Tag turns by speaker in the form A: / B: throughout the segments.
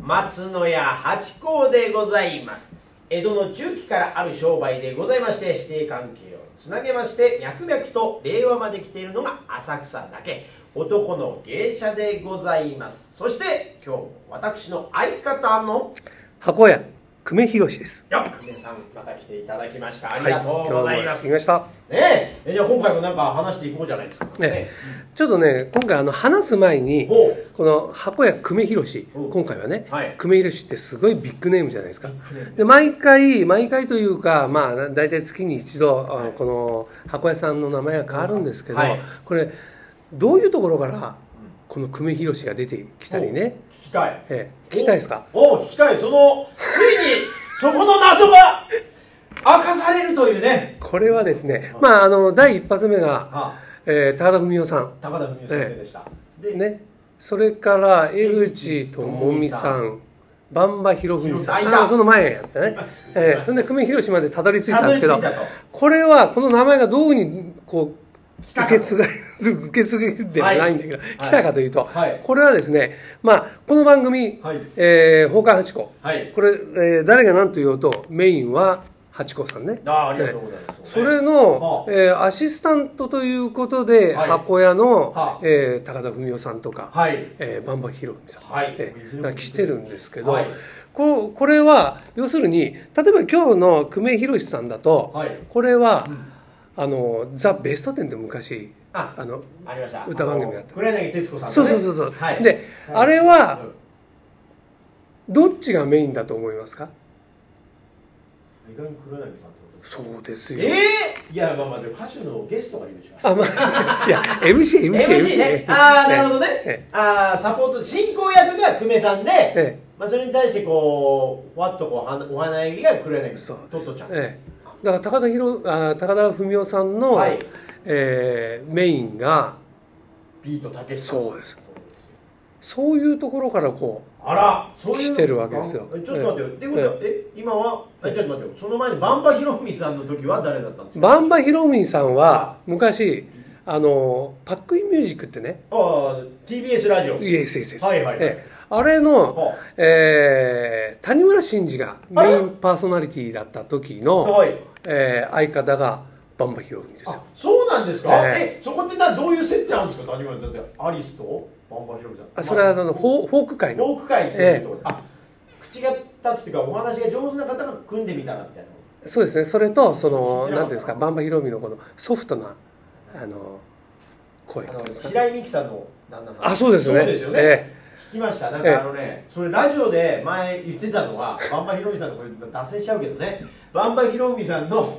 A: 松野屋八甲でございます江戸の中期からある商売でございまして指定関係をつなげまして脈々と令和まで来ているのが浅草だけ男の芸者でございますそして今日も私の相方の
B: 箱屋久米宏です
A: よっ久米さんまた来ていただきましたあ
B: あ
A: りがとうございます、
B: ました
A: ねええじゃあ今回もなんか話していこうじゃないですか
B: ねちょっとね今回あの話す前に
A: ほう
B: この箱屋久米宏
A: うん
B: 今回はね、
A: はい
B: 久米宏ってすごいビッグネームじゃないですか
A: ビッグネーム
B: で毎回毎回というかまあだ大体月に一度、あのこの箱屋さんの名前が変わるんですけど、
A: はい
B: これどういうところからこの久米宏が出てきたりね、
A: 聞きたい
B: ええ聞きたいですか
A: おお聞きたいそのついにそこの謎が明かされるというね
B: これはですね、まあ、あの第一発目が、
A: あ
B: えー、田文雄さん
A: 高田文夫先生でした、で、
B: ね、それから江口智美さんばんばひろふみさ
A: あい
B: ん
A: た
B: あその前やったね
A: ます、
B: ええそれで久米宏までたどり着いたんですけど
A: たどり着いたと
B: これはこの名前がどうにこう
A: 来た
B: 受
A: かと
B: け継が受け継ぎではないんだけど、
A: はい
B: 来たかというと、
A: はい
B: これはですね、まあ、この番組「
A: はい
B: えー、放課八個」
A: はい
B: これ、えー誰が何と言おうとメインは八個さんね
A: ああありがとうございます、
B: それ
A: は
B: の、
A: あ
B: えーアシスタントということで、
A: はい
B: 箱屋の、
A: はあ
B: えー高田文夫さんとか、
A: はい
B: えーバンバンヒロミさん、
A: はい
B: えーが来てるんですけど、
A: はい
B: こうこれは要するに例えば今日の久米宏さんだと、
A: はい
B: これは、あのザ・ベストテンで昔
A: あ
B: の
A: ありました
B: 歌番組があった
A: の黒柳徹子さん
B: そ
A: の
B: う
A: ね
B: そうそうそう、
A: はい
B: で、
A: はい
B: あれは
A: うん
B: どっちがメインだと思いますか
A: 意外に黒柳さんってこと
B: そうですよ、
A: ええいやまあまあでも歌手のゲストがいるでしょ
B: あまあ、いや MC MC MC,
A: MC ねああなるほどね、
B: え
A: ああサポート進行役が久米さんで、
B: え
A: まあ、それに対してこうふわっとこうはお花入りが黒柳
B: そう
A: トットちゃん、
B: ええだから高田博あ高田文夫さんの、
A: はい
B: ええメインが
A: ビートたけしさん
B: そうです
A: よ
B: そういうところからこう
A: あらそういう
B: 来てるわけですよ
A: あえちょっと待ってよ、
B: ええ
A: ってことはえ今はえちょっと待ってよその前にバンバヒロミさんの時は誰だったんですか
B: バンバヒロミンさ
A: あ
B: んは昔あのパックインミュージックってね
A: ああ TBS ラジオ
B: イエスイエスイエス
A: はいはいはい
B: ええあれ
A: は
B: の
A: あ、
B: ええ谷村新司が
A: あ
B: メ
A: れ
B: インパーソナリティだった時の、
A: はい
B: ええ相方がバンバヒロミンです
A: あ
B: よ
A: そうなんですか、
B: え
A: えそこってなどういう設定あるんですか谷村だってアリスとバンバヒロミさん
B: あそれはあのフォーフォーク界の
A: フォーク会っていうと、あ口が立つっていうかお話が上手な方が組んでみたらみたいな
B: そうですね、それと、そ
A: 知らなか
B: の、
A: った
B: なんていうんですか、バンバヒロミのこのソフトな、あの、声っていうんです
A: あの
B: か。
A: 平井美樹さんの旦那さん
B: あ、そうですね。
A: そうですよね、
B: え
A: 聞きましたなん
B: ええ
A: かあのね、それラジオで前言ってたのはバンバヒロミさんのこれ脱線しちゃうけどねバンバヒロミさんの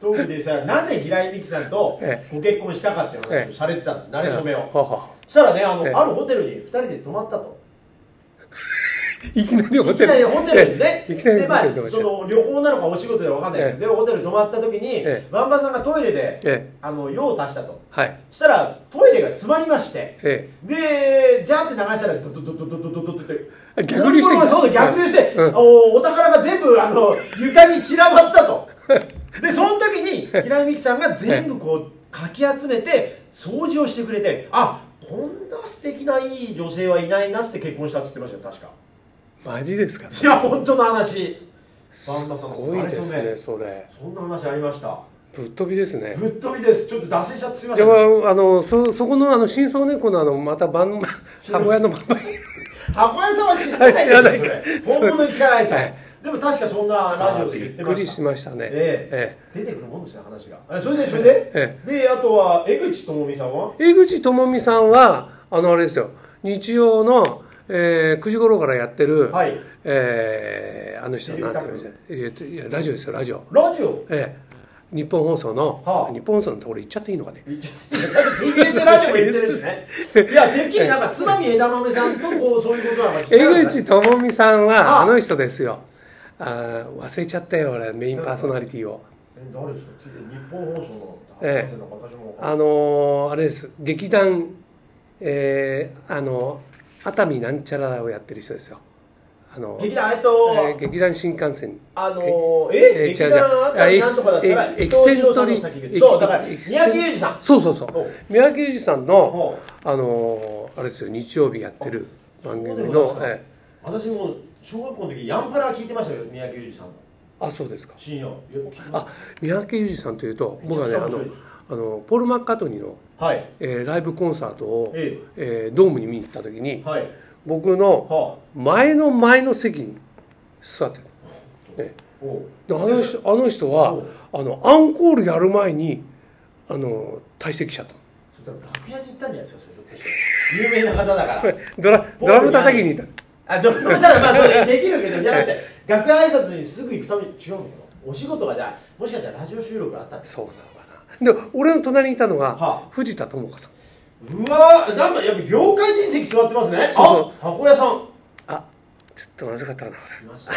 A: トークでしたらなぜ平井美樹さんと
B: え
A: ご結婚したかっていう話をされてたの、
B: え
A: 慣れ初めを、
B: はは
A: そしたらねあの、
B: ええ
A: あるホテルに2人で泊まったと
B: いきなりホ
A: い
B: テ
A: きなり
B: ル。
A: ホテルにね、
B: ええいきなり
A: でまあ
B: ホテルに泊まっち
A: そ
B: ゃう
A: の旅行なのかお仕事でわかんないですけど、でホテル泊まった時に、
B: ええ
A: バンバさんがトイレで、
B: ええ
A: あの用を足したと
B: はい。
A: そしたらトイレが詰まりまして、
B: え
A: でジャーって流したらドドドドドドドドドって
B: え逆流してきた
A: そうそう逆流して、
B: うん
A: おお宝が全部あの床に散らばったとでその時に平井美樹さんが全部こうかき集めて掃除をしてくれてあこんな素敵ないい女性はいないなっつって結婚したって言ってましたよ確か
B: マジですか。す
A: いや本当の話バンバさん
B: ごいです
A: あれ
B: ね、
A: と
B: それ。
A: そんな話ありました
B: ぶっ飛びですね。
A: ぶっ飛びですちょっと脱線しちゃってすみま
B: じ
A: せ
B: ゃ
A: ん
B: あ、あの、そ、そこの、あの、真相ね、この、あの、また、バ ン、箱屋のバンバヒロ
A: 箱屋さんは知らないでしょ
B: 知らない
A: それ
B: そう
A: 本物に聞かないと、
B: はい
A: でも確かそんなラジオ
B: ミ。
A: で
B: び
A: 言っました
B: ってくりしましたね。
A: え
B: え
A: え出てくるもんですよ話がえそれでそれで、
B: え
A: であとは江口智美さんは
B: え。江口智美さんは、あの、あれですよ。日曜の、えー、9時頃からやってる、
A: はい
B: えーあの人なんて言うんですかえっといやラジオですよラジオ、
A: ラジ オ
B: ええ日本放送の、
A: はあ
B: 日本放送のところ行っちゃっていいのかね
A: いやさっき TBS ラジオも言ってるしねいやてっきりなんかつまみ枝豆さんとこうそういうことなのか違うの
B: 江
A: か
B: 口智美さん
A: はあ
B: はあの人ですよあー忘れちゃったよ俺メインパーソナリティを
A: え誰ですか日本放送の
B: え
A: 博
B: え
A: 士の方私も
B: あのーあれです劇団えーあの熱海なんちゃらをやってる人ですよあの
A: 劇団えっと、
B: えー劇団新幹線
A: あのー、え劇団あたりなんとかだったら
B: エキセントリ
A: 伊藤四郎さんの先駆
B: ー
A: けそうだから三宅裕
B: 二
A: 二さん
B: そうそうそ
A: おう
B: う三宅裕二さん
A: おう
B: のあのーあれですよ日曜日やってる番組
A: そうでござい
B: の
A: ますか
B: え
A: 私も小学校の時ヤンパラは聞いてましたよ三宅裕二さんの
B: あそうですか
A: 深夜いや聞きま
B: あ三宅裕二さんというと僕はね
A: めちゃ
B: あ
A: くちゃ
B: の
A: 面白いです
B: あのポール・マッカートニーの、
A: はい
B: えーライブコンサートを、
A: え
B: えードームに見に行った時に、
A: はい
B: 僕の
A: は
B: 前の前の席に座ってた、ね、
A: あおう
B: であの人あの人は
A: おう
B: あのアンコールやる前にあの退席しちゃった
A: それ多分楽屋に行ったんじゃないですかそれひょっとして有名な方だから
B: ドラドラム叩きに行っ
A: あドラムただまあそれできるけどじゃなくて楽屋挨拶にすぐ行くために違うのかなお仕事がじゃあもしかしたらラジオ収録があったんで
B: た
A: す
B: そうなのかなで俺の隣にいたのが、
A: はあ
B: 藤田智子さん
A: うわーなんかやっぱ業界人席座ってますね
B: そうそう
A: あ箱屋さん
B: あちょっとまずかったなこれ
A: 来ました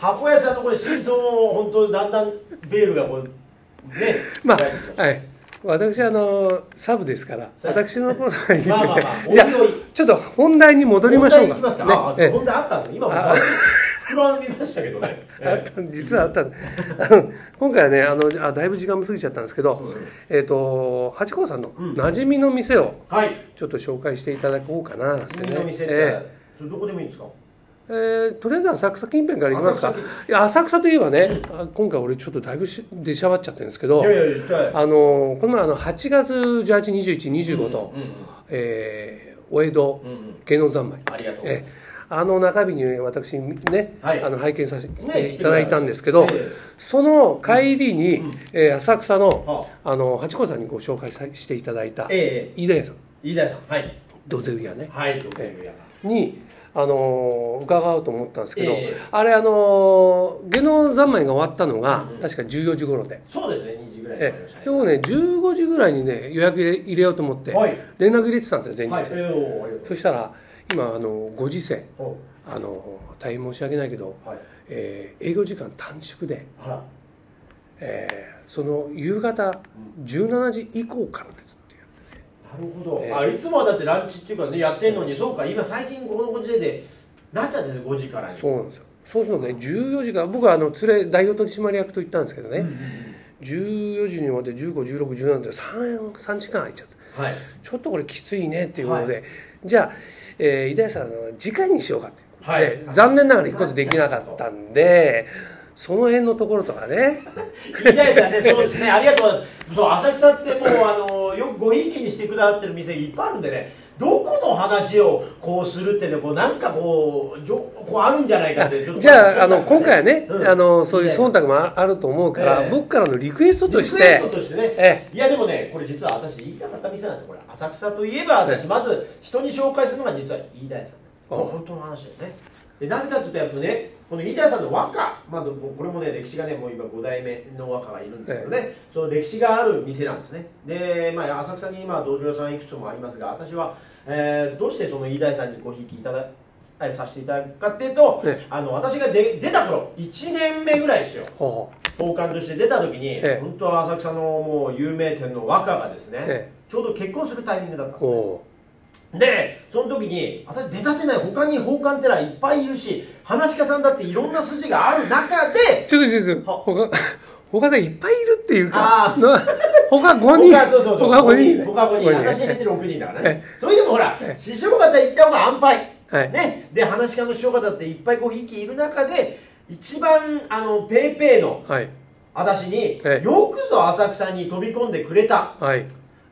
A: 箱屋さんのこれ真相も本当だんだんベールがこうね
B: ま
A: 開いてきました
B: あ、はい、私あのサブですから、
A: サブ
B: 私のことは言って
A: まあ
B: ま
A: ま
B: し
A: あまあ
B: て、じゃあ
A: おいおい
B: ちょっと本題に戻りましょうか。
A: 問題いきますか、
B: ね
A: ああ
B: ええ
A: 問題あったんですね今も
B: あ
A: 膨らみましたけどね、
B: あ
A: え
B: った実はあったんです あの今回はねあのあだいぶ時間も過ぎちゃったんですけど、えっ、と八甲さんの
A: ん
B: 馴染みの店を
A: えはい
B: ちょっと紹介していただこうかななんて
A: 次
B: ね
A: の店って、
B: え
A: それどこでもいいんですか
B: えええとりあえず浅草近辺からいきますか
A: 浅草
B: いや浅草といえばね、あ今回俺ちょっとだいぶし出しゃばっちゃってるんですけど
A: いやいや言ったい
B: あのこの前あの8月182125と、
A: うんうん
B: えーお江戸
A: うんうん
B: 芸能三昧、
A: ありがとうござい
B: え
A: ます
B: ーあの中日に私ね、
A: はい
B: あの拝見させて
A: ね
B: いただいたんですけど、
A: 来てくださいええ
B: その帰りに、えー浅草の,、
A: は
B: あ、の八甲さんにご紹介さしていただいた、
A: え
B: 飯田屋さん
A: 飯田屋さんはい
B: 土手売り屋ね
A: はいどうも
B: えに、あのー伺おうと思ったんですけど、
A: ええ
B: あれあのー芸能三昧が終わったのが、確か14時頃で。
A: そうですね2時ぐらいになり
B: え
A: ましたね
B: えでもね15時ぐらいにね予約入れ入れようと思って、
A: はい
B: 連絡入れてたんですよ前
A: はい
B: 日、
A: ええおーありがと
B: そうしたら今あのご時世
A: おう
B: あの大変申し訳ないけど、
A: はい
B: えー営業時間短縮で、
A: あら
B: えーその夕方17時以降からですっていう
A: なるほど、
B: ええ
A: あいつもはだってランチっていうかねやってんのに、そうか今最近このご時世でなっちゃうんですね5時からに
B: そうなんですよそうするとね14時から僕はあの連れ代表取締役と言ったんですけどね、14時に終わって151617で 3, 3時間空いちゃって
A: はい
B: ちょっとこれきついねっていうことで、
A: は
B: じゃあ、えー、井田屋さん次回にしようかっていうことで、
A: はい
B: 残念ながら行くことできなかったんでその辺のところとかね
A: 言いたいですよね、そうですね、ありがとうございます。そう、浅草ってもう、あの、よくごひいきにしてくださってる店いっぱいあるんでね。どこの話をこうするってね、こうなんかこう、じょ、こうあるんじゃないかって。ちょっと
B: じゃああの今回はね、
A: うん
B: あのそういう忖
A: リ
B: 度もああると思うから、
A: ええ
B: 僕からのリクエスト
A: ク
B: と
A: エ
B: し
A: ス
B: て
A: トとしてね、
B: え
A: いやでもね、これ実は私言いたかった店なんですよ。これ浅草といえば私、まず人に紹介するのが実は飯田屋さん。これ本当の話だよね。でなぜかというとやっぱね、この飯田屋さんの和歌、まあでもこれもね歴史がねもう今5代目の和歌がいるんですけどね、その歴史がある店なんですね。でまあ浅草に今道場屋さんいくつもありますが、私は、えーどうしてその飯田屋さんにごひいきいただえさせていただくかっていうと、
B: ええ
A: あの私が出出た頃1年目ぐらいですよ。
B: ほう
A: 奉還として出た時に、
B: ええ
A: 本当は浅草のもう有名店の和歌がですね、
B: え
A: ちょうど結婚するタイミングだった
B: ほうほ
A: でその時に私出たてない他に奉還ってのはいっぱいいるし話し家さんだっていろんな筋がある中で
B: うちょっとちょっとちょっと
A: は
B: 他他でいっぱいいるっていうか
A: あー
B: な他5 人
A: 他そうそうそう
B: 他5人
A: 他5人
B: 五
A: 私
B: 人
A: 入れてる6人だからね
B: え
A: それでもほら師匠方一旦は安牌、
B: はい
A: ねで話し家の師匠方っていっぱいごひいきいる中で一番あのペイペイの
B: はい
A: 私に、
B: ええ
A: よくぞ浅草に飛び込んでくれた
B: はい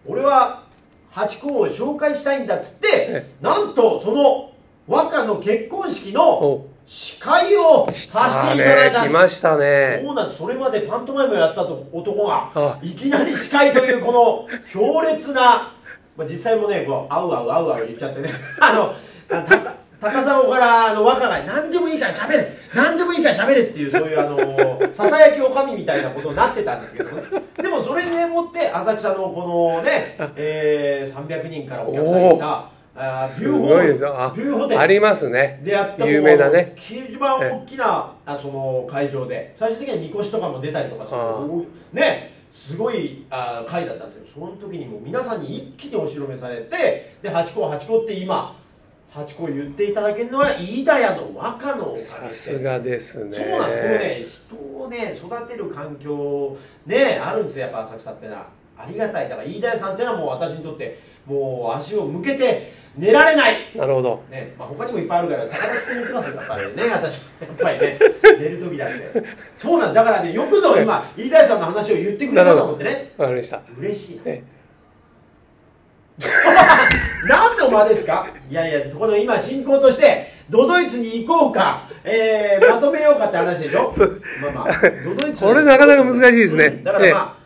A: 俺はハチ公を紹介したいんだっつって、
B: え
A: なんとその和歌の結婚式の
B: お
A: 司会をさせていただいたん
B: 来
A: で
B: ますしたね
A: そうなんですそれまでパントマイムをやってたと男が
B: あ
A: いきなり司会というこの 強烈な、まあ、実際もねこう合う合う合う合う言っちゃってね あのあたか高さんからあの若が何でもいいから喋れ何でもいいから喋れっていうそういうあのささやきおかみみたいなことになってたんですけどねでもそれにもって浅草のこのね、えー、300人からお客さんがいたあービ
B: す
A: ューホ
B: ごいですよ
A: ールビューホテル
B: ありますね
A: でやった
B: 有名だね
A: 一番大きなあその会場で最終的にはみこしとかも出たりとかする
B: あ
A: ねすごいあ会だったんですけどその時にもう皆さんに一気にお披露目されてで八甲八甲って今八甲言っていただけるのは飯田屋の和歌のおかげで
B: さすがですね
A: そうなんですこのね人をね育てる環境ねあるんですよやっぱ浅草ってのはありがたいだから飯田屋さんっていうのはもう私にとってもう足を向けて寝られない
B: なるほど
A: ね、まあ、他にもいっぱいあるから魚して寝てますよやっぱ りね私やっぱりね寝る時だってそうなんだからねよくぞ今飯田さんの話を言ってくれ
B: なる
A: た
B: ほ
A: と
B: ど
A: 思ってね
B: わかりました
A: 嬉しいな
B: え
A: 何の間ですかいやいやこの今進行としてドドイツに行こうか、えーまとめようかって話でし ょまあまあドドイツ
B: これなかなか難しいですね
A: うんだからま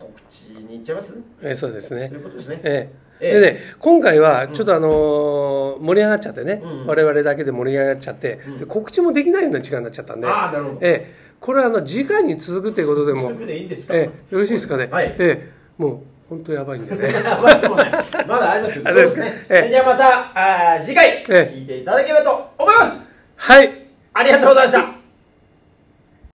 A: あ、告知に行っちゃいますそう
B: ええそうですね
A: いうことですね
B: え
A: え
B: え
A: え
B: でね、今回はちょっとあのー盛り上がっちゃってね、
A: うんうん
B: 我々だけで盛り上がっちゃって、告知もできないような時間になっちゃったんで、
A: ああなるほど
B: ええ、これはあの次回に続くということでも
A: 続くでいいんですか、
B: ええ、よろしいですかね、
A: はい
B: ええ、もう本当やばいんでね
A: まあでもね まだありますけど、そうですね。
B: ええ
A: じゃあまたあー次回、
B: ええ
A: 聞いていただければと思います。
B: はい
A: ありがとうございました。